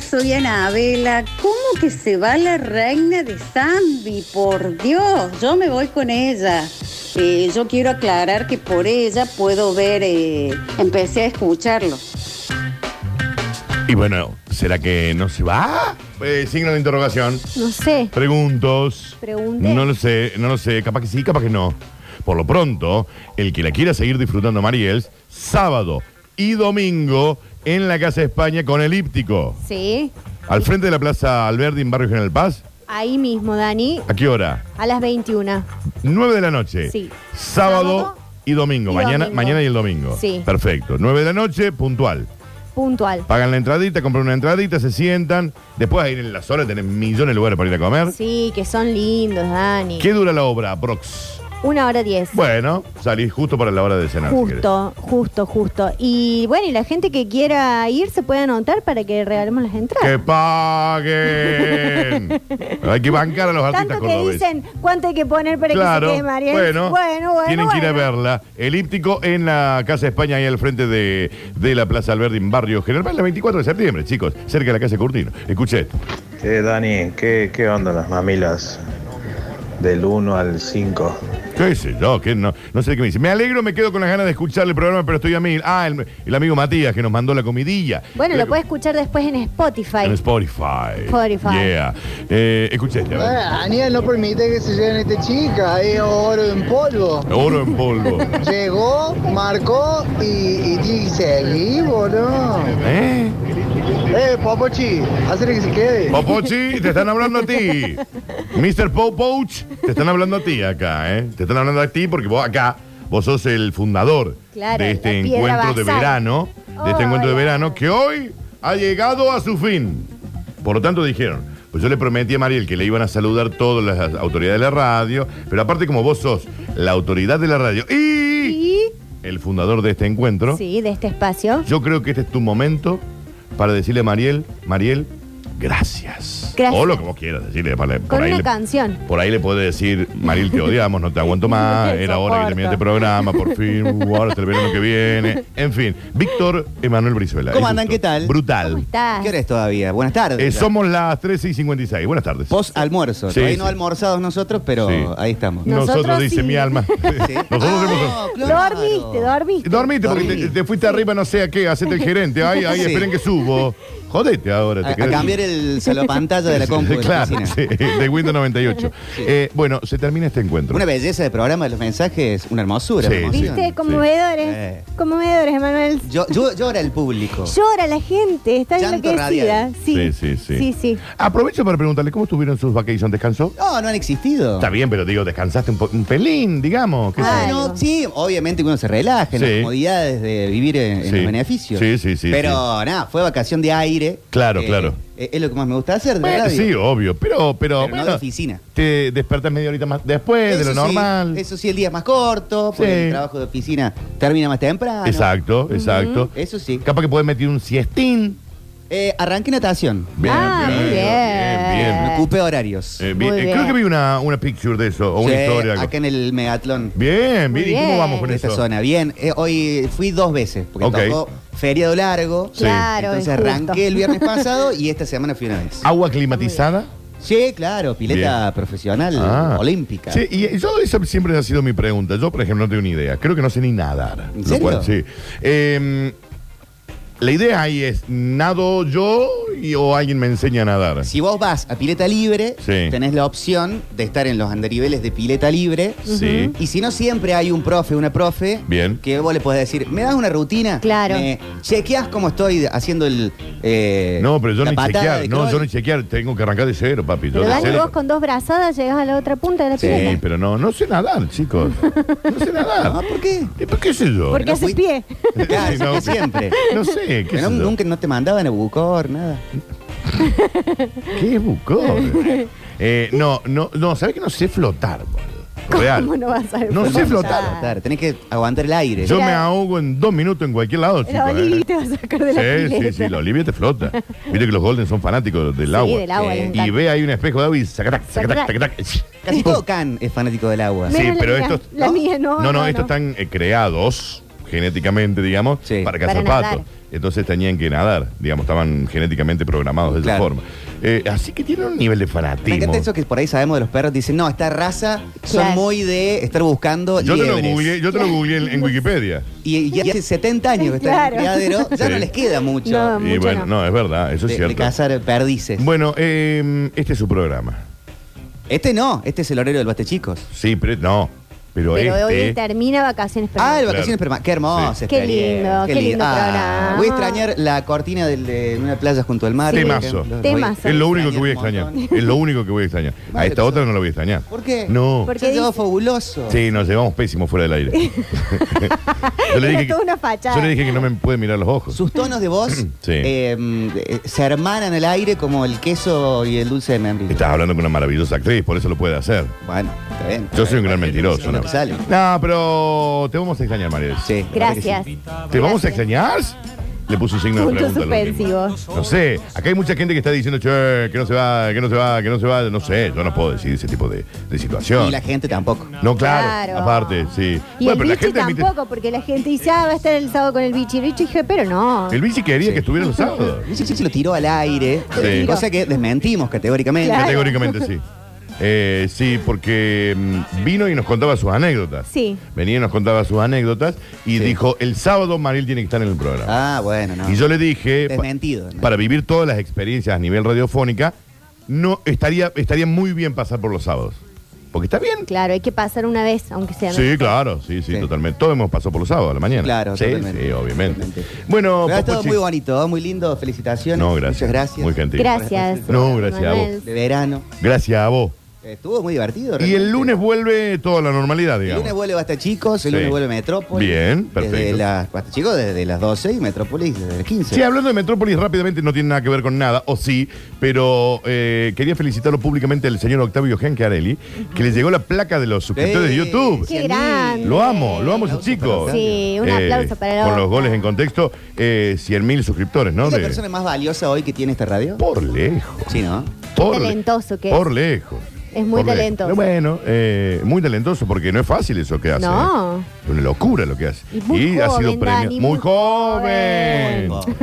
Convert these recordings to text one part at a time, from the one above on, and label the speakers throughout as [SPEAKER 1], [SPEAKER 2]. [SPEAKER 1] soy Anabela. ¿Cómo que se va la reina de Zambi? Por Dios, yo me voy con ella. Eh, yo quiero aclarar que por ella puedo ver, eh, empecé a escucharlo.
[SPEAKER 2] Y bueno, ¿será que no se va? Eh, signo de interrogación.
[SPEAKER 3] No sé.
[SPEAKER 2] Preguntos.
[SPEAKER 3] Pregunté.
[SPEAKER 2] No lo sé, no lo sé. Capaz que sí, capaz que no. Por lo pronto, el que la quiera seguir disfrutando Mariels, sábado y domingo en la Casa España con Elíptico.
[SPEAKER 3] Sí.
[SPEAKER 2] Al frente de la Plaza Alberdi, en Barrio General Paz.
[SPEAKER 3] Ahí mismo, Dani,
[SPEAKER 2] ¿A qué hora?
[SPEAKER 3] a las 21.
[SPEAKER 2] 9 de la noche.
[SPEAKER 3] Sí.
[SPEAKER 2] Sábado
[SPEAKER 3] Sábado
[SPEAKER 2] y domingo.
[SPEAKER 3] y
[SPEAKER 2] mañana,
[SPEAKER 3] domingo.
[SPEAKER 2] mañana y el domingo.
[SPEAKER 3] Sí.
[SPEAKER 2] Perfecto. 9 de la noche, puntual.
[SPEAKER 3] Puntual.
[SPEAKER 2] Pagan la entradita, compran una entradita, se sientan. Después ahí en la zona tenés millones de lugares para ir a comer.
[SPEAKER 3] Sí, que son lindos, Dani.
[SPEAKER 2] ¿Qué dura la obra, Brox?
[SPEAKER 3] Una hora diez.
[SPEAKER 2] Bueno, salís justo para la hora de cenar. si querés.
[SPEAKER 3] Justo, justo, justo. Y bueno, y la gente que quiera ir se puede anotar para que regalemos las entradas.
[SPEAKER 2] ¡Que paguen! Hay que bancar a los artistas
[SPEAKER 3] Tanto que
[SPEAKER 2] cordobeses.
[SPEAKER 3] dicen cuánto hay que poner para que se
[SPEAKER 2] Claro,
[SPEAKER 3] quede Mariel.
[SPEAKER 2] bueno,
[SPEAKER 3] bueno, bueno.
[SPEAKER 2] tienen que ir a
[SPEAKER 3] bueno.
[SPEAKER 2] verla. Elíptico en la Casa España, ahí al frente de, de la Plaza Alberdi, en Barrio General, Paz, la 24 de septiembre, chicos, cerca de la Casa Curtino. Escuché esto.
[SPEAKER 4] Che, Dani, ¿qué, qué onda las mamilas? Del 1 al 5.
[SPEAKER 2] ¿Qué sé yo? ¿Qué no? no sé qué me dice. Me alegro, me quedo con las ganas de escuchar el programa, pero estoy a mil. Ah, el, el amigo Matías que nos mandó la comidilla.
[SPEAKER 3] Bueno,
[SPEAKER 2] La-
[SPEAKER 3] lo puedes escuchar después en Spotify.
[SPEAKER 2] En Spotify.
[SPEAKER 3] Spotify.
[SPEAKER 2] Yeah. Eh, escuché este, a ver.
[SPEAKER 5] Bueno, Daniel no permite que se lleven a esta chica, es oro en polvo.
[SPEAKER 2] Oro en polvo.
[SPEAKER 5] Llegó, marcó y, y, y seguí, boludo.
[SPEAKER 2] ¿Eh?
[SPEAKER 5] Eh, Popochi, hazle que se quede.
[SPEAKER 2] Popochi, te están hablando a ti. Mr. Popoch, te están hablando a ti acá, ¿eh? Te están hablando a ti porque vos acá, vos sos el fundador
[SPEAKER 3] Claro,
[SPEAKER 2] de este
[SPEAKER 3] la piedra
[SPEAKER 2] encuentro de
[SPEAKER 3] basal.
[SPEAKER 2] verano, de este
[SPEAKER 3] Hola.
[SPEAKER 2] encuentro de verano que hoy ha llegado a su fin. Por lo tanto dijeron, pues yo le prometí a Mariel que le iban a saludar todas las autoridades de la radio, pero aparte como vos sos la autoridad de la radio y
[SPEAKER 3] Y
[SPEAKER 2] el fundador de este encuentro,
[SPEAKER 3] sí, de este espacio.
[SPEAKER 2] yo creo que este es tu momento para decirle a Mariel, Mariel, gracias.
[SPEAKER 3] Gracias.
[SPEAKER 2] O lo que vos quieras decirle. para- por,
[SPEAKER 3] Con
[SPEAKER 2] ahí
[SPEAKER 3] una
[SPEAKER 2] le,
[SPEAKER 3] canción.
[SPEAKER 2] por ahí le podés decir, Mariel, te odiamos, no te aguanto más,
[SPEAKER 3] No te
[SPEAKER 2] era hora que termine este
[SPEAKER 3] soporto.
[SPEAKER 2] programa, por fin, uh, ahora hasta el verano que viene. En fin, Víctor Emanuel Brizuela.
[SPEAKER 6] ¿Cómo
[SPEAKER 2] es
[SPEAKER 6] andan?
[SPEAKER 2] justo.
[SPEAKER 6] ¿Qué tal?
[SPEAKER 2] Brutal.
[SPEAKER 3] ¿Cómo estás?
[SPEAKER 6] ¿Qué hora es todavía? Buenas tardes.
[SPEAKER 2] Eh,
[SPEAKER 6] Ya.
[SPEAKER 2] somos las 13 y 56. Buenas tardes.
[SPEAKER 6] Post almuerzo.
[SPEAKER 2] Sí,
[SPEAKER 6] Todavía
[SPEAKER 2] sí.
[SPEAKER 6] no almorzados nosotros, pero
[SPEAKER 2] Sí.
[SPEAKER 6] ahí estamos.
[SPEAKER 2] Nosotros,
[SPEAKER 3] Nosotros
[SPEAKER 2] dice
[SPEAKER 3] sí.
[SPEAKER 2] mi alma.
[SPEAKER 6] Sí.
[SPEAKER 2] Nosotros hemos-
[SPEAKER 6] Ah, claro.
[SPEAKER 3] Dormiste, dormiste.
[SPEAKER 2] Dormite porque
[SPEAKER 6] Dormí.
[SPEAKER 2] te, te fuiste arriba, no sé a qué, hacete el gerente. Ay, ay,
[SPEAKER 6] Sí.
[SPEAKER 2] esperen que subo. Jodete ahora.
[SPEAKER 6] A,
[SPEAKER 2] te
[SPEAKER 6] a
[SPEAKER 2] quedas-
[SPEAKER 6] cambiar el salopantalla de la compu de la
[SPEAKER 2] claro,
[SPEAKER 6] oficina.
[SPEAKER 2] sí, de Windows 98. Eh, bueno, se termina este encuentro.
[SPEAKER 6] Una belleza de programa, los mensajes, una hermosura.
[SPEAKER 2] Sí,
[SPEAKER 6] una
[SPEAKER 2] sí.
[SPEAKER 6] emoción.
[SPEAKER 3] Viste, conmovedores.
[SPEAKER 6] Eh.
[SPEAKER 3] Conmovedores, Emanuel.
[SPEAKER 6] Yo, yo, llora el público.
[SPEAKER 3] Llora la gente, está
[SPEAKER 6] Llanto
[SPEAKER 3] enloquecida.
[SPEAKER 6] radial.
[SPEAKER 2] Sí,
[SPEAKER 3] Sí.
[SPEAKER 2] sí, sí.
[SPEAKER 3] Sí, sí.
[SPEAKER 2] Aprovecho para preguntarle, ¿cómo estuvieron sus vacaciones? ¿Descansó?
[SPEAKER 6] No, no han existido.
[SPEAKER 2] Está bien, pero digo, descansaste un, po- un pelín, digamos. qué sé
[SPEAKER 6] Ah,
[SPEAKER 2] yo. Eh,
[SPEAKER 6] no, sí, obviamente que uno se relaja en
[SPEAKER 2] Sí.
[SPEAKER 6] las comodidades de vivir en, en
[SPEAKER 2] Sí.
[SPEAKER 6] los beneficios.
[SPEAKER 2] Sí, sí, sí,
[SPEAKER 6] Pero nada, fue vacación de aire.
[SPEAKER 2] Claro, claro.
[SPEAKER 6] eh, Es lo que más me gusta hacer de
[SPEAKER 2] Bueno,
[SPEAKER 6] la radio.
[SPEAKER 2] sí, obvio, pero, pero,
[SPEAKER 6] Pero no de oficina.
[SPEAKER 2] Te despertas media horita más después de lo
[SPEAKER 6] Eso sí,
[SPEAKER 2] normal.
[SPEAKER 6] eso sí, el día es más corto, porque
[SPEAKER 2] Sí.
[SPEAKER 6] el trabajo de oficina termina más temprano.
[SPEAKER 2] Exacto, exacto.
[SPEAKER 6] Eso sí.
[SPEAKER 2] Capaz que podés meter un siestín.
[SPEAKER 6] Eh, arranqué natación.
[SPEAKER 3] Ah, muy bien.
[SPEAKER 2] bien,
[SPEAKER 6] Me
[SPEAKER 2] bien.
[SPEAKER 6] ocupé horarios.
[SPEAKER 2] Eh, bien.
[SPEAKER 3] Muy
[SPEAKER 2] Eh, Creo
[SPEAKER 3] bien.
[SPEAKER 2] que vi una, una picture de eso, o una
[SPEAKER 6] Sí,
[SPEAKER 2] historia. algo.
[SPEAKER 6] Acá en el Megatlón.
[SPEAKER 2] Bien,
[SPEAKER 3] Muy
[SPEAKER 2] bien. ¿Y cómo
[SPEAKER 3] bien.
[SPEAKER 2] vamos con
[SPEAKER 6] En esta
[SPEAKER 2] eso?
[SPEAKER 6] zona. Bien, eh, hoy fui dos veces, porque
[SPEAKER 2] Ok.
[SPEAKER 6] tocó feriado largo.
[SPEAKER 2] Sí.
[SPEAKER 3] Claro,
[SPEAKER 6] Entonces
[SPEAKER 3] es justo.
[SPEAKER 6] arranqué el viernes pasado y esta semana fui una vez.
[SPEAKER 2] ¿Agua climatizada?
[SPEAKER 6] Sí, claro, pileta profesional
[SPEAKER 2] Ah.
[SPEAKER 6] olímpica.
[SPEAKER 2] Sí, y yo eso siempre ha sido mi pregunta. Yo, por ejemplo, no tengo ni idea. Creo que no sé ni nadar.
[SPEAKER 6] ¿En
[SPEAKER 2] Lo
[SPEAKER 6] serio?
[SPEAKER 2] cual, sí. Eh, la idea ahí es, ¿nado yo y, o alguien me enseña a nadar?
[SPEAKER 6] Si vos vas a pileta libre,
[SPEAKER 2] Sí.
[SPEAKER 6] tenés la opción de estar en los andariveles de pileta libre.
[SPEAKER 2] Sí.
[SPEAKER 6] Y si no, siempre hay un profe, una profe,
[SPEAKER 2] Bien.
[SPEAKER 6] que vos le podés decir, ¿me das una rutina?
[SPEAKER 3] Claro.
[SPEAKER 6] ¿Me chequeás cómo estoy haciendo el. eh,
[SPEAKER 2] No, pero yo
[SPEAKER 6] la
[SPEAKER 2] ni
[SPEAKER 6] patada
[SPEAKER 2] chequear.
[SPEAKER 6] de
[SPEAKER 2] No, yo
[SPEAKER 6] crawl?
[SPEAKER 2] ni chequear. Tengo que arrancar de cero, papi. Yo
[SPEAKER 3] Pero
[SPEAKER 2] de
[SPEAKER 3] Dani,
[SPEAKER 2] cero.
[SPEAKER 3] vos con dos brazadas llegás a la otra punta de la
[SPEAKER 6] Sí.
[SPEAKER 2] Sí,
[SPEAKER 3] pileta.
[SPEAKER 2] pero no, no sé nadar, chicos. No sé nadar.
[SPEAKER 6] Ah, ¿Por qué?
[SPEAKER 2] ¿Y ¿Por qué sé yo?
[SPEAKER 3] Porque
[SPEAKER 6] no
[SPEAKER 3] haces
[SPEAKER 6] fui-
[SPEAKER 3] pie.
[SPEAKER 6] Claro,
[SPEAKER 2] Sí, no.
[SPEAKER 6] siempre.
[SPEAKER 2] No sé, qué
[SPEAKER 6] Pero
[SPEAKER 2] sé yo.
[SPEAKER 6] nunca no te mandaban a Bucor, nada.
[SPEAKER 2] ¿Qué bucó? Eh, no, no, no, ¿sabes que no sé flotar, boludo? Real.
[SPEAKER 3] ¿Cómo no vas a ver?
[SPEAKER 2] No sé flotar.
[SPEAKER 6] Claro, Tenés que aguantar el aire.
[SPEAKER 2] Yo
[SPEAKER 3] Mira.
[SPEAKER 2] me ahogo en dos minutos en cualquier lado,
[SPEAKER 3] La
[SPEAKER 2] chicos.
[SPEAKER 3] Olivia te va a sacar de la
[SPEAKER 2] ¿eh? Sí,
[SPEAKER 3] pileta.
[SPEAKER 2] sí, sí, la Olivia te flota. Viste que los Golden son fanáticos del
[SPEAKER 3] Sí,
[SPEAKER 2] agua.
[SPEAKER 3] del agua,
[SPEAKER 6] Sí.
[SPEAKER 3] les
[SPEAKER 2] Y este.
[SPEAKER 3] encanta.
[SPEAKER 2] ve ahí un espejo de agua y sacatac, sacatac,
[SPEAKER 3] Sacatac.
[SPEAKER 2] sacatac.
[SPEAKER 3] Uh.
[SPEAKER 6] Casi todo Can es fanático del agua.
[SPEAKER 2] Sí,
[SPEAKER 3] Menos la
[SPEAKER 2] pero
[SPEAKER 3] mía.
[SPEAKER 2] estos.
[SPEAKER 3] La mía, no,
[SPEAKER 2] No,
[SPEAKER 3] no, no.
[SPEAKER 2] estos están eh, creados genéticamente, digamos,
[SPEAKER 6] Sí.
[SPEAKER 2] para
[SPEAKER 3] Para
[SPEAKER 2] cazar
[SPEAKER 3] nadar.
[SPEAKER 2] patos. Entonces tenían que nadar, digamos, estaban genéticamente programados de esa
[SPEAKER 6] Claro.
[SPEAKER 2] forma. Eh, así que tienen un nivel de
[SPEAKER 6] Me
[SPEAKER 2] fanatismo.
[SPEAKER 6] encanta eso que por ahí sabemos de los perros. Dicen, no, esta raza son
[SPEAKER 3] Claro.
[SPEAKER 6] muy de estar buscando
[SPEAKER 2] Yo te, lo
[SPEAKER 6] liebres".
[SPEAKER 2] googleé, yo te lo googleé en, en Wikipedia.
[SPEAKER 6] Y, y hace 70 años que están en
[SPEAKER 3] Claro.
[SPEAKER 6] el criadero, ya no
[SPEAKER 2] Sí.
[SPEAKER 6] les queda mucho.
[SPEAKER 3] No,
[SPEAKER 2] Y
[SPEAKER 3] mucho
[SPEAKER 2] bueno, no. es verdad, eso
[SPEAKER 6] de,
[SPEAKER 2] es
[SPEAKER 6] de
[SPEAKER 2] cierto.
[SPEAKER 6] cazar perdices.
[SPEAKER 2] Bueno, eh, este es su programa.
[SPEAKER 6] Este no, este es el horario del Bate Chicos.
[SPEAKER 2] Sí, pero no. Pero,
[SPEAKER 3] Pero
[SPEAKER 2] este.
[SPEAKER 3] hoy termina vacaciones.
[SPEAKER 6] Ah,
[SPEAKER 3] permanentes.
[SPEAKER 6] el vacaciones permanentes. Qué hermoso.
[SPEAKER 2] Sí.
[SPEAKER 3] Qué lindo, qué lindo programa.
[SPEAKER 6] Ah, voy a extrañar la cortina del- de una playa junto al mar.
[SPEAKER 2] Sí.
[SPEAKER 6] por
[SPEAKER 2] Temazo.
[SPEAKER 6] ejemplo.
[SPEAKER 3] Temazo.
[SPEAKER 2] Es lo único que voy a
[SPEAKER 6] un
[SPEAKER 2] extrañar.
[SPEAKER 6] montón.
[SPEAKER 2] Es lo único que voy a extrañar. A
[SPEAKER 6] Vale,
[SPEAKER 2] esta
[SPEAKER 6] pero-
[SPEAKER 2] otra no la voy a extrañar.
[SPEAKER 6] ¿Por qué?
[SPEAKER 2] No.
[SPEAKER 3] ¿Por
[SPEAKER 6] Se ha
[SPEAKER 3] qué
[SPEAKER 6] llevado
[SPEAKER 3] dice-
[SPEAKER 6] fabuloso.
[SPEAKER 2] Sí, nos llevamos pésimo fuera del aire. yo,
[SPEAKER 3] Era toda una fachada.
[SPEAKER 2] yo le dije que no me puede mirar los ojos.
[SPEAKER 6] Sus tonos de voz
[SPEAKER 2] Sí.
[SPEAKER 6] eh, eh, se hermanan al aire como el queso y el dulce de membrillo.
[SPEAKER 2] Estás hablando con una maravillosa actriz, por eso lo puede hacer.
[SPEAKER 6] Bueno, está bien.
[SPEAKER 2] Yo soy un gran mentiroso,
[SPEAKER 6] Lo
[SPEAKER 2] ¿no?
[SPEAKER 6] que sale.
[SPEAKER 2] No, pero te vamos a extrañar, Mariel.
[SPEAKER 6] Sí, la verdad que sí.
[SPEAKER 3] Gracias.
[SPEAKER 2] ¿Te vamos a extrañar? Le puso un signo de
[SPEAKER 3] Punto
[SPEAKER 2] pregunta. al último.
[SPEAKER 3] suspensivo.
[SPEAKER 2] No sé, acá hay mucha gente que está diciendo, che, que no se va, que no se va, que no se va. No sé, yo no puedo decir ese tipo de, de situación.
[SPEAKER 6] Y la gente tampoco.
[SPEAKER 2] No, claro,
[SPEAKER 3] Claro.
[SPEAKER 2] aparte, sí.
[SPEAKER 3] Y
[SPEAKER 2] Bueno, pero
[SPEAKER 3] el
[SPEAKER 2] la
[SPEAKER 3] bichi
[SPEAKER 2] gente admite-
[SPEAKER 3] tampoco, porque la gente dice, ah, va a estar el sábado con el bichi. El bichi dije, pero no.
[SPEAKER 2] El bici quería que estuviera los sábados.
[SPEAKER 6] Sí, sí, sí, lo tiró al aire.
[SPEAKER 2] Sí.
[SPEAKER 6] Cosa que desmentimos categóricamente.
[SPEAKER 3] Claro.
[SPEAKER 2] Categóricamente sí. Eh, sí, porque mm, vino y nos contaba sus anécdotas.
[SPEAKER 3] Sí.
[SPEAKER 2] Venía y nos contaba sus anécdotas y
[SPEAKER 6] Sí.
[SPEAKER 2] dijo, el sábado Maril tiene que estar en el programa.
[SPEAKER 6] Ah, bueno, no.
[SPEAKER 2] Y yo le dije, pa-
[SPEAKER 6] Desmentido, ¿no?
[SPEAKER 2] para vivir todas las experiencias a nivel radiofónica, no estaría, estaría muy bien pasar por los sábados. Porque está bien.
[SPEAKER 3] Claro, hay que pasar una vez, aunque sea. ¿no?
[SPEAKER 2] Sí, claro, sí, sí,
[SPEAKER 6] Sí.
[SPEAKER 2] totalmente. Todos hemos pasado por los sábados a la mañana.
[SPEAKER 6] Claro,
[SPEAKER 2] sí,
[SPEAKER 6] totalmente.
[SPEAKER 2] sí, obviamente.
[SPEAKER 6] Totalmente.
[SPEAKER 2] Bueno, pues
[SPEAKER 6] Pero ha estado
[SPEAKER 2] Popochi-
[SPEAKER 6] muy bonito, ¿eh? muy lindo, felicitaciones.
[SPEAKER 2] No, gracias.
[SPEAKER 6] Muchas gracias.
[SPEAKER 2] Muy gentil.
[SPEAKER 3] Gracias.
[SPEAKER 2] No, gracias a vos.
[SPEAKER 3] Manuel.
[SPEAKER 6] De verano.
[SPEAKER 2] Gracias a vos.
[SPEAKER 6] Estuvo muy divertido.
[SPEAKER 2] Y
[SPEAKER 6] realmente.
[SPEAKER 2] el lunes vuelve toda la normalidad,
[SPEAKER 6] El
[SPEAKER 2] digamos.
[SPEAKER 6] lunes vuelve Basta Chicos, el
[SPEAKER 2] Sí.
[SPEAKER 6] lunes vuelve Metrópolis.
[SPEAKER 2] Bien, perfecto.
[SPEAKER 6] Desde las, Basta Chicos desde las 12 y Metrópolis desde las 15.
[SPEAKER 2] Sí, hablando de Metrópolis rápidamente, no tiene nada que ver con nada, o sí, pero eh, quería felicitarlo públicamente al señor Octavio Gencarelli, que le llegó la placa de los suscriptores de
[SPEAKER 6] Sí.
[SPEAKER 2] YouTube.
[SPEAKER 3] Qué grande.
[SPEAKER 2] Lo amo, lo amo a ese
[SPEAKER 6] Aplausos
[SPEAKER 2] chico.
[SPEAKER 6] para
[SPEAKER 3] Sí, un aplauso para el
[SPEAKER 2] Con los
[SPEAKER 3] Octa.
[SPEAKER 2] goles en contexto, eh, 100.000 suscriptores, ¿no?
[SPEAKER 6] ¿Es la
[SPEAKER 2] De-
[SPEAKER 6] persona más valiosa hoy que tiene esta radio?
[SPEAKER 2] Por lejos.
[SPEAKER 6] Sí, ¿no?
[SPEAKER 2] Por le-
[SPEAKER 3] talentoso que es.
[SPEAKER 2] Por lejos.
[SPEAKER 3] Es muy
[SPEAKER 2] Por lejos.
[SPEAKER 3] talentoso.
[SPEAKER 2] Pero Bueno, eh, muy talentoso porque no es fácil eso que hace.
[SPEAKER 3] No.
[SPEAKER 2] ¿eh? Es una locura lo que hace.
[SPEAKER 3] Y muy
[SPEAKER 2] ha
[SPEAKER 3] joven,
[SPEAKER 2] sido premio.
[SPEAKER 3] Dani,
[SPEAKER 2] muy,
[SPEAKER 3] muy
[SPEAKER 2] joven.
[SPEAKER 3] joven.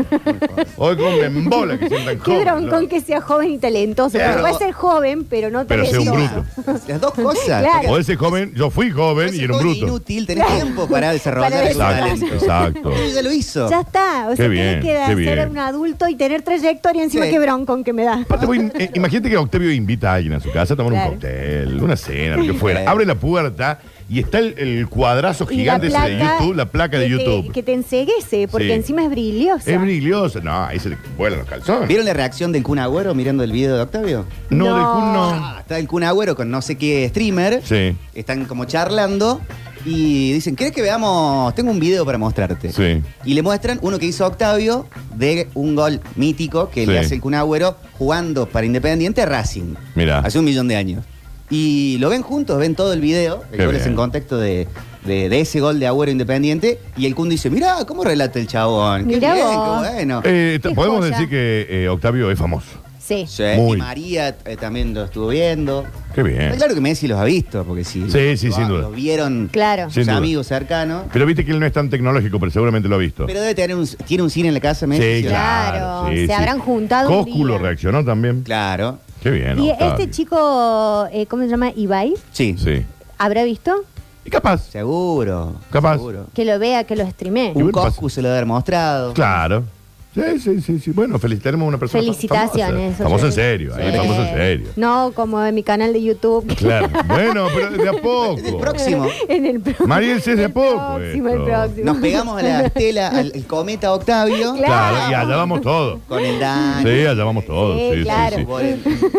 [SPEAKER 2] Hoy con bola que sientan
[SPEAKER 3] Qué
[SPEAKER 2] joven.
[SPEAKER 3] broncón
[SPEAKER 2] ¿no?
[SPEAKER 3] que sea joven y talentoso.
[SPEAKER 2] Claro.
[SPEAKER 3] Porque puede ser joven, pero no
[SPEAKER 2] Pero sea un
[SPEAKER 3] talentoso.
[SPEAKER 2] bruto.
[SPEAKER 6] Las dos cosas.
[SPEAKER 3] Claro.
[SPEAKER 2] O ese joven, yo fui joven y era un bruto.
[SPEAKER 6] inútil, tenés tiempo para desarrollar
[SPEAKER 3] Para
[SPEAKER 6] ese
[SPEAKER 2] Exacto,
[SPEAKER 6] talento.
[SPEAKER 2] exacto.
[SPEAKER 6] Él ya lo hizo.
[SPEAKER 3] Ya está. O
[SPEAKER 2] Qué
[SPEAKER 3] sea,
[SPEAKER 2] bien,
[SPEAKER 3] tenés que
[SPEAKER 2] qué
[SPEAKER 3] ser
[SPEAKER 2] bien.
[SPEAKER 3] un adulto y tener trayectoria encima
[SPEAKER 6] Sí.
[SPEAKER 3] qué broncón que me da.
[SPEAKER 2] Aparte, voy- eh, imagínate que Octavio invita a alguien a su casa a tomar
[SPEAKER 3] Claro.
[SPEAKER 2] un cóctel, una cena, lo que fuera.
[SPEAKER 6] Claro.
[SPEAKER 2] Abre la puerta y está el, el cuadrazo
[SPEAKER 3] Y
[SPEAKER 2] gigante ese
[SPEAKER 3] la
[SPEAKER 2] de
[SPEAKER 3] placa
[SPEAKER 2] YouTube, la placa de
[SPEAKER 3] que te-
[SPEAKER 2] YouTube.
[SPEAKER 3] que te enseguece, porque
[SPEAKER 2] Sí.
[SPEAKER 3] encima es brillosa.
[SPEAKER 2] Es brilloso. No, ahí se le vuelan los calzones.
[SPEAKER 6] ¿Vieron la reacción del Kun Agüero mirando el video de Octavio?
[SPEAKER 2] No,
[SPEAKER 3] No.
[SPEAKER 2] del Kun no.
[SPEAKER 6] Ah, está el Kun Agüero con no sé qué streamer.
[SPEAKER 2] Sí.
[SPEAKER 6] Están como charlando y dicen, ¿querés que veamos? Tengo un video para mostrarte.
[SPEAKER 2] Sí.
[SPEAKER 6] Y le muestran uno que hizo Octavio de un gol mítico que
[SPEAKER 2] Sí.
[SPEAKER 6] le hace el Kun Agüero jugando para Independiente a Racing.
[SPEAKER 2] Mirá.
[SPEAKER 6] Hace un millón de años. Y lo ven juntos, ven todo el video, el
[SPEAKER 2] Qué
[SPEAKER 6] gol es
[SPEAKER 2] bien.
[SPEAKER 6] en contexto de, de- de ese gol de Agüero Independiente. Y el Kun dice, mirá, ¿cómo relata el chabón? Qué
[SPEAKER 3] Mirá
[SPEAKER 6] bien,
[SPEAKER 3] vos.
[SPEAKER 6] qué bueno.
[SPEAKER 2] Eh, t-
[SPEAKER 3] Qué
[SPEAKER 2] podemos
[SPEAKER 3] joya.
[SPEAKER 2] decir que eh, Octavio es famoso.
[SPEAKER 3] Sí.
[SPEAKER 6] Sí,
[SPEAKER 2] Muy.
[SPEAKER 6] y María eh, también lo estuvo viendo.
[SPEAKER 2] Qué bien.
[SPEAKER 6] Está Claro que Messi los ha visto, porque si
[SPEAKER 2] Sí, sí,
[SPEAKER 6] lo,
[SPEAKER 2] sin duda.
[SPEAKER 6] lo vieron
[SPEAKER 3] Claro.
[SPEAKER 6] sus
[SPEAKER 2] Sin duda.
[SPEAKER 6] amigos cercanos.
[SPEAKER 2] Pero viste que él no es tan tecnológico, pero seguramente lo ha visto.
[SPEAKER 6] Pero debe tener un, tiene un cine en la casa
[SPEAKER 2] Sí,
[SPEAKER 6] Messi.
[SPEAKER 2] claro.
[SPEAKER 3] Claro,
[SPEAKER 2] sí,
[SPEAKER 3] se
[SPEAKER 2] sí.
[SPEAKER 3] habrán juntado un
[SPEAKER 2] Cósculo
[SPEAKER 3] día.
[SPEAKER 2] reaccionó también.
[SPEAKER 6] Claro.
[SPEAKER 2] Qué bien.
[SPEAKER 3] y
[SPEAKER 2] Octavio.
[SPEAKER 3] este chico, eh, ¿cómo se llama? Ibai,
[SPEAKER 6] Sí.
[SPEAKER 2] Sí.
[SPEAKER 3] ¿habrá visto?
[SPEAKER 2] Y capaz.
[SPEAKER 6] Seguro.
[SPEAKER 2] Capaz.
[SPEAKER 6] Seguro.
[SPEAKER 3] Que lo vea, que lo
[SPEAKER 2] Y
[SPEAKER 3] streamee.
[SPEAKER 6] Un
[SPEAKER 2] bueno, pasa-
[SPEAKER 6] Coscu se lo ha mostrado.
[SPEAKER 2] Claro. Sí, sí, sí, sí. Bueno, felicitaremos a una persona. fam-
[SPEAKER 3] Felicitaciones.
[SPEAKER 2] Famosa, famosa en
[SPEAKER 3] sí.
[SPEAKER 2] serio. ahí,
[SPEAKER 3] Sí.
[SPEAKER 2] famosa en serio.
[SPEAKER 3] No, como en mi canal de YouTube.
[SPEAKER 2] Claro. Bueno, pero de a
[SPEAKER 6] Es el
[SPEAKER 2] poco.
[SPEAKER 6] próximo.
[SPEAKER 3] en el próximo.
[SPEAKER 2] Mariel, si es de
[SPEAKER 3] El
[SPEAKER 2] poco
[SPEAKER 3] próximo,
[SPEAKER 2] esto.
[SPEAKER 3] el próximo.
[SPEAKER 6] Nos pegamos a la estela, al el cometa Octavio.
[SPEAKER 3] Claro.
[SPEAKER 2] Claro, y allá vamos todos.
[SPEAKER 6] Con el Dan.
[SPEAKER 2] Sí, allá vamos todos.
[SPEAKER 3] Sí,
[SPEAKER 2] Sí, sí,
[SPEAKER 3] claro.
[SPEAKER 2] sí.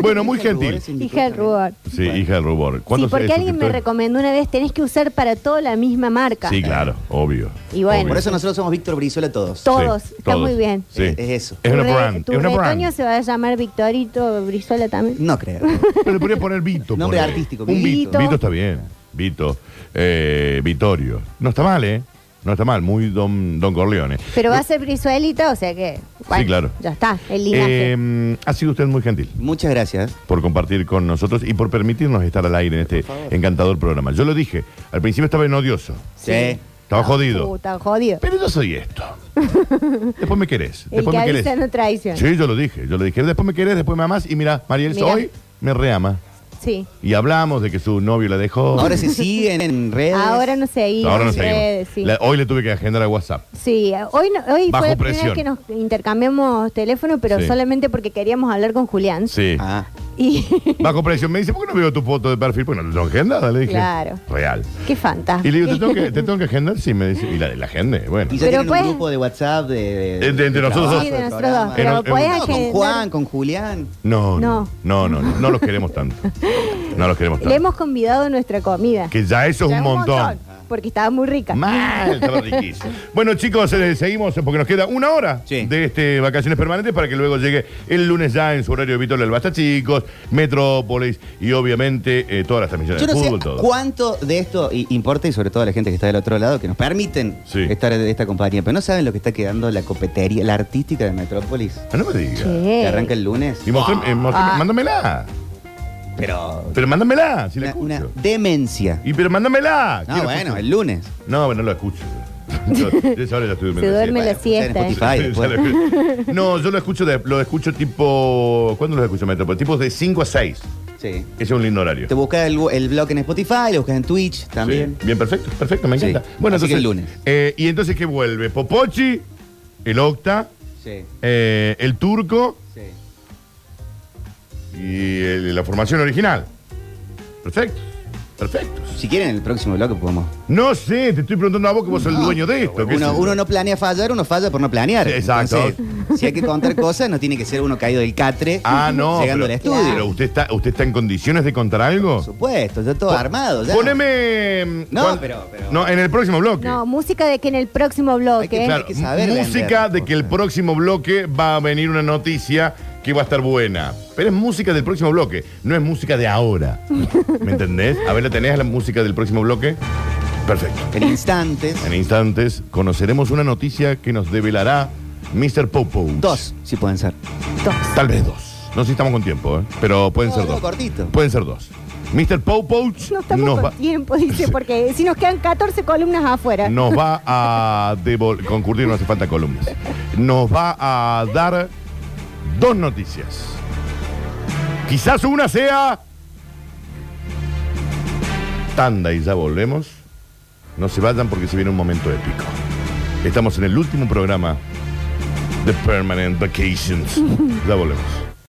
[SPEAKER 2] Bueno, muy gentil.
[SPEAKER 3] Hija del rubor.
[SPEAKER 2] Sí, hija del rubor.
[SPEAKER 3] Sí,
[SPEAKER 2] ¿Cuántos
[SPEAKER 3] porque
[SPEAKER 2] eh,
[SPEAKER 3] alguien me
[SPEAKER 2] suscriptores?
[SPEAKER 3] recomendó una vez, tenés que usar para todo la misma marca.
[SPEAKER 2] Sí, claro, obvio.
[SPEAKER 3] Y bueno.
[SPEAKER 2] obvio.
[SPEAKER 6] Por eso nosotros somos Víctor Brizuela todos.
[SPEAKER 2] Sí,
[SPEAKER 3] Todos, está muy bien.
[SPEAKER 2] Sí.
[SPEAKER 6] Es- es eso.
[SPEAKER 2] Es una
[SPEAKER 3] Tu re-
[SPEAKER 2] brand.
[SPEAKER 3] Tu
[SPEAKER 2] Es una
[SPEAKER 3] retoño
[SPEAKER 2] brand.
[SPEAKER 3] se va a llamar Victorito Brizuela también.
[SPEAKER 6] No creo.
[SPEAKER 2] Pero le podría poner Vito.
[SPEAKER 6] Nombre
[SPEAKER 2] ponele.
[SPEAKER 6] artístico,
[SPEAKER 2] Un Vito.
[SPEAKER 3] Vito.
[SPEAKER 2] Vito está bien. Vito. Eh, Vitorio. No está mal, ¿eh? No está mal. Muy Don, don Corleone.
[SPEAKER 3] Pero va a ser Brizuelita, o sea que. bueno,
[SPEAKER 2] claro.
[SPEAKER 3] Ya está, el linaje.
[SPEAKER 2] Eh, ha sido usted muy gentil
[SPEAKER 6] Muchas gracias.
[SPEAKER 2] por compartir con nosotros y por permitirnos estar al aire en este encantador programa. Yo lo dije, al principio estaba en odioso.
[SPEAKER 6] Sí.
[SPEAKER 2] Estaba jodido.
[SPEAKER 3] Ah, Puta, Uh, jodido.
[SPEAKER 2] Pero yo soy esto. Después me querés.
[SPEAKER 3] El
[SPEAKER 2] Después
[SPEAKER 3] que
[SPEAKER 2] me
[SPEAKER 3] avisa no
[SPEAKER 2] querés.
[SPEAKER 3] traiciona.
[SPEAKER 2] Sí, yo lo dije. Yo lo dije. Después me querés, después me amás. Y mira, Mariel,
[SPEAKER 3] Mirá.
[SPEAKER 2] hoy me reama.
[SPEAKER 3] Sí.
[SPEAKER 2] Y hablamos de que su novio la dejó.
[SPEAKER 6] Ahora se siguen en redes.
[SPEAKER 3] Ahora no seguimos.
[SPEAKER 2] Ahora no
[SPEAKER 3] en
[SPEAKER 2] seguimos.
[SPEAKER 3] redes, sí.
[SPEAKER 2] La- hoy le tuve que agendar a WhatsApp.
[SPEAKER 3] Sí, hoy, no- hoy
[SPEAKER 2] Bajo
[SPEAKER 3] fue la primera
[SPEAKER 2] presión.
[SPEAKER 3] vez que nos intercambiamos teléfono, pero
[SPEAKER 2] Sí.
[SPEAKER 3] solamente porque queríamos hablar con Julián.
[SPEAKER 2] Sí.
[SPEAKER 6] Ah,
[SPEAKER 3] Y
[SPEAKER 2] Bajo presión. Me dice, ¿por qué no veo tu foto de perfil? Bueno, lo tengo agendada, le dije.
[SPEAKER 3] Claro. Ah,
[SPEAKER 2] Real.
[SPEAKER 3] qué fantástico.
[SPEAKER 2] Y le digo, ¿te tengo que, te tengo que agendar? Sí, me dice. Y la, la agendé, bueno.
[SPEAKER 6] y ya
[SPEAKER 3] Pero
[SPEAKER 6] tienen
[SPEAKER 3] pues-
[SPEAKER 6] un grupo de WhatsApp de...
[SPEAKER 2] De- de- de nosotros
[SPEAKER 6] trabajo,
[SPEAKER 2] dos. Sí, de
[SPEAKER 3] nosotros
[SPEAKER 6] programa.
[SPEAKER 3] dos,
[SPEAKER 2] pero
[SPEAKER 6] No,
[SPEAKER 2] podés
[SPEAKER 3] agendar-
[SPEAKER 6] con Juan, con Julián.
[SPEAKER 2] No, no.
[SPEAKER 3] No.
[SPEAKER 2] No, no, no. No los queremos tanto. No los queremos tanto.
[SPEAKER 3] Le hemos convidado a nuestra comida.
[SPEAKER 2] Que ya eso es
[SPEAKER 3] Ya
[SPEAKER 2] un montón.
[SPEAKER 3] Porque estaba muy rica.
[SPEAKER 2] Mal, estaba riquísimo. Bueno, chicos, eh, seguimos porque nos queda una hora
[SPEAKER 6] Sí.
[SPEAKER 2] de este vacaciones permanentes para que luego llegue el lunes ya en su horario habitual el Basta Chicos, Metrópolis y obviamente eh, todas las transmisiones
[SPEAKER 6] Yo
[SPEAKER 2] de
[SPEAKER 6] no sé
[SPEAKER 2] fútbol, todo.
[SPEAKER 6] cuánto de esto i- importa y sobre todo a la gente que está del otro lado, que nos permiten
[SPEAKER 2] Sí.
[SPEAKER 6] estar de esta compañía, pero no saben lo que está quedando la copetería, la artística de Metrópolis,
[SPEAKER 2] Ah, No me digas.
[SPEAKER 6] que
[SPEAKER 3] Che.
[SPEAKER 6] arranca el lunes.
[SPEAKER 2] Y mostrame- eh, mostrame-
[SPEAKER 3] Ah.
[SPEAKER 2] Mándamela.
[SPEAKER 6] Pero
[SPEAKER 2] Pero mándamela, si la
[SPEAKER 6] una,
[SPEAKER 2] escucho.
[SPEAKER 6] una demencia.
[SPEAKER 2] Y pero mándamela.
[SPEAKER 6] No,
[SPEAKER 2] Quiero
[SPEAKER 6] bueno,
[SPEAKER 2] escuchar.
[SPEAKER 6] el lunes.
[SPEAKER 2] No, bueno, no lo escucho. Yo, yo esa hora ya estoy
[SPEAKER 3] Se
[SPEAKER 2] durmiendo.
[SPEAKER 3] duerme
[SPEAKER 6] Bueno,
[SPEAKER 3] la siesta.
[SPEAKER 6] escuchar en
[SPEAKER 3] ¿eh?
[SPEAKER 6] Spotify
[SPEAKER 2] Ya
[SPEAKER 6] después.
[SPEAKER 2] lo escucho. No, yo lo escucho, de- lo escucho tipo. ¿Cuándo lo escucho Metrópolis? Tipo de 5 a 6.
[SPEAKER 6] Sí.
[SPEAKER 2] Ese es un lindo horario.
[SPEAKER 6] Te buscas el, el blog en Spotify, lo buscas en Twitch también.
[SPEAKER 2] Sí, Bien, perfecto, perfecto, me
[SPEAKER 6] Sí.
[SPEAKER 2] encanta.
[SPEAKER 6] Así que el lunes.
[SPEAKER 2] eh, ¿Y entonces qué vuelve? Popochi, el Octa,
[SPEAKER 6] Sí.
[SPEAKER 2] eh, el Turco
[SPEAKER 6] sí.
[SPEAKER 2] y el- la formación original. Perfecto, perfecto.
[SPEAKER 6] Si quieren, en el próximo blog podemos.
[SPEAKER 2] No sé, te estoy preguntando a vos que vos sos el dueño de esto. qué sé
[SPEAKER 6] Uno,
[SPEAKER 2] yo.
[SPEAKER 6] uno no planea fallar, uno falla por no planear.
[SPEAKER 2] Sí, exacto.
[SPEAKER 6] Entonces, si hay que contar cosas, no tiene que ser uno caído del catre
[SPEAKER 2] Ah, no.
[SPEAKER 6] llegando al
[SPEAKER 2] pero,
[SPEAKER 6] estudio.
[SPEAKER 2] pero usted está, usted está en condiciones de contar algo.
[SPEAKER 6] Por supuesto, ya todo armado. Ya.
[SPEAKER 2] Poneme. mm,
[SPEAKER 6] No,
[SPEAKER 2] cuan-
[SPEAKER 6] pero- pero-
[SPEAKER 2] No, en el próximo bloque.
[SPEAKER 3] No, música de que en el próximo bloque.
[SPEAKER 6] que- claro. hay saber
[SPEAKER 2] música
[SPEAKER 6] vender,
[SPEAKER 2] de que el
[SPEAKER 6] cosa.
[SPEAKER 2] próximo bloque va a venir una noticia que va a estar buena. Pero es música del próximo bloque, no es música de ahora. ¿Me entendés? A ver, ¿la tenés la música del próximo bloque? Perfecto.
[SPEAKER 6] En instantes.
[SPEAKER 2] En instantes conoceremos una noticia que nos develará Mr. Popo.
[SPEAKER 6] Dos, si pueden ser.
[SPEAKER 2] Tal vez dos. No sé si estamos con tiempo, ¿eh? pero pueden
[SPEAKER 6] No,
[SPEAKER 2] ser
[SPEAKER 6] no,
[SPEAKER 2] dos.
[SPEAKER 6] cortito.
[SPEAKER 2] Pueden ser dos. Mr. Popoch
[SPEAKER 3] No estamos
[SPEAKER 2] nos
[SPEAKER 3] con
[SPEAKER 2] va,
[SPEAKER 3] tiempo, dice, porque si nos quedan 14 columnas afuera.
[SPEAKER 2] nos va a devol- concurrir, no hace falta columnas. Nos va a dar dos noticias. Quizás una sea tanda y ya volvemos. No se vayan porque se viene un momento épico. Estamos en el último programa de Permanent Vacations. Ya volvemos.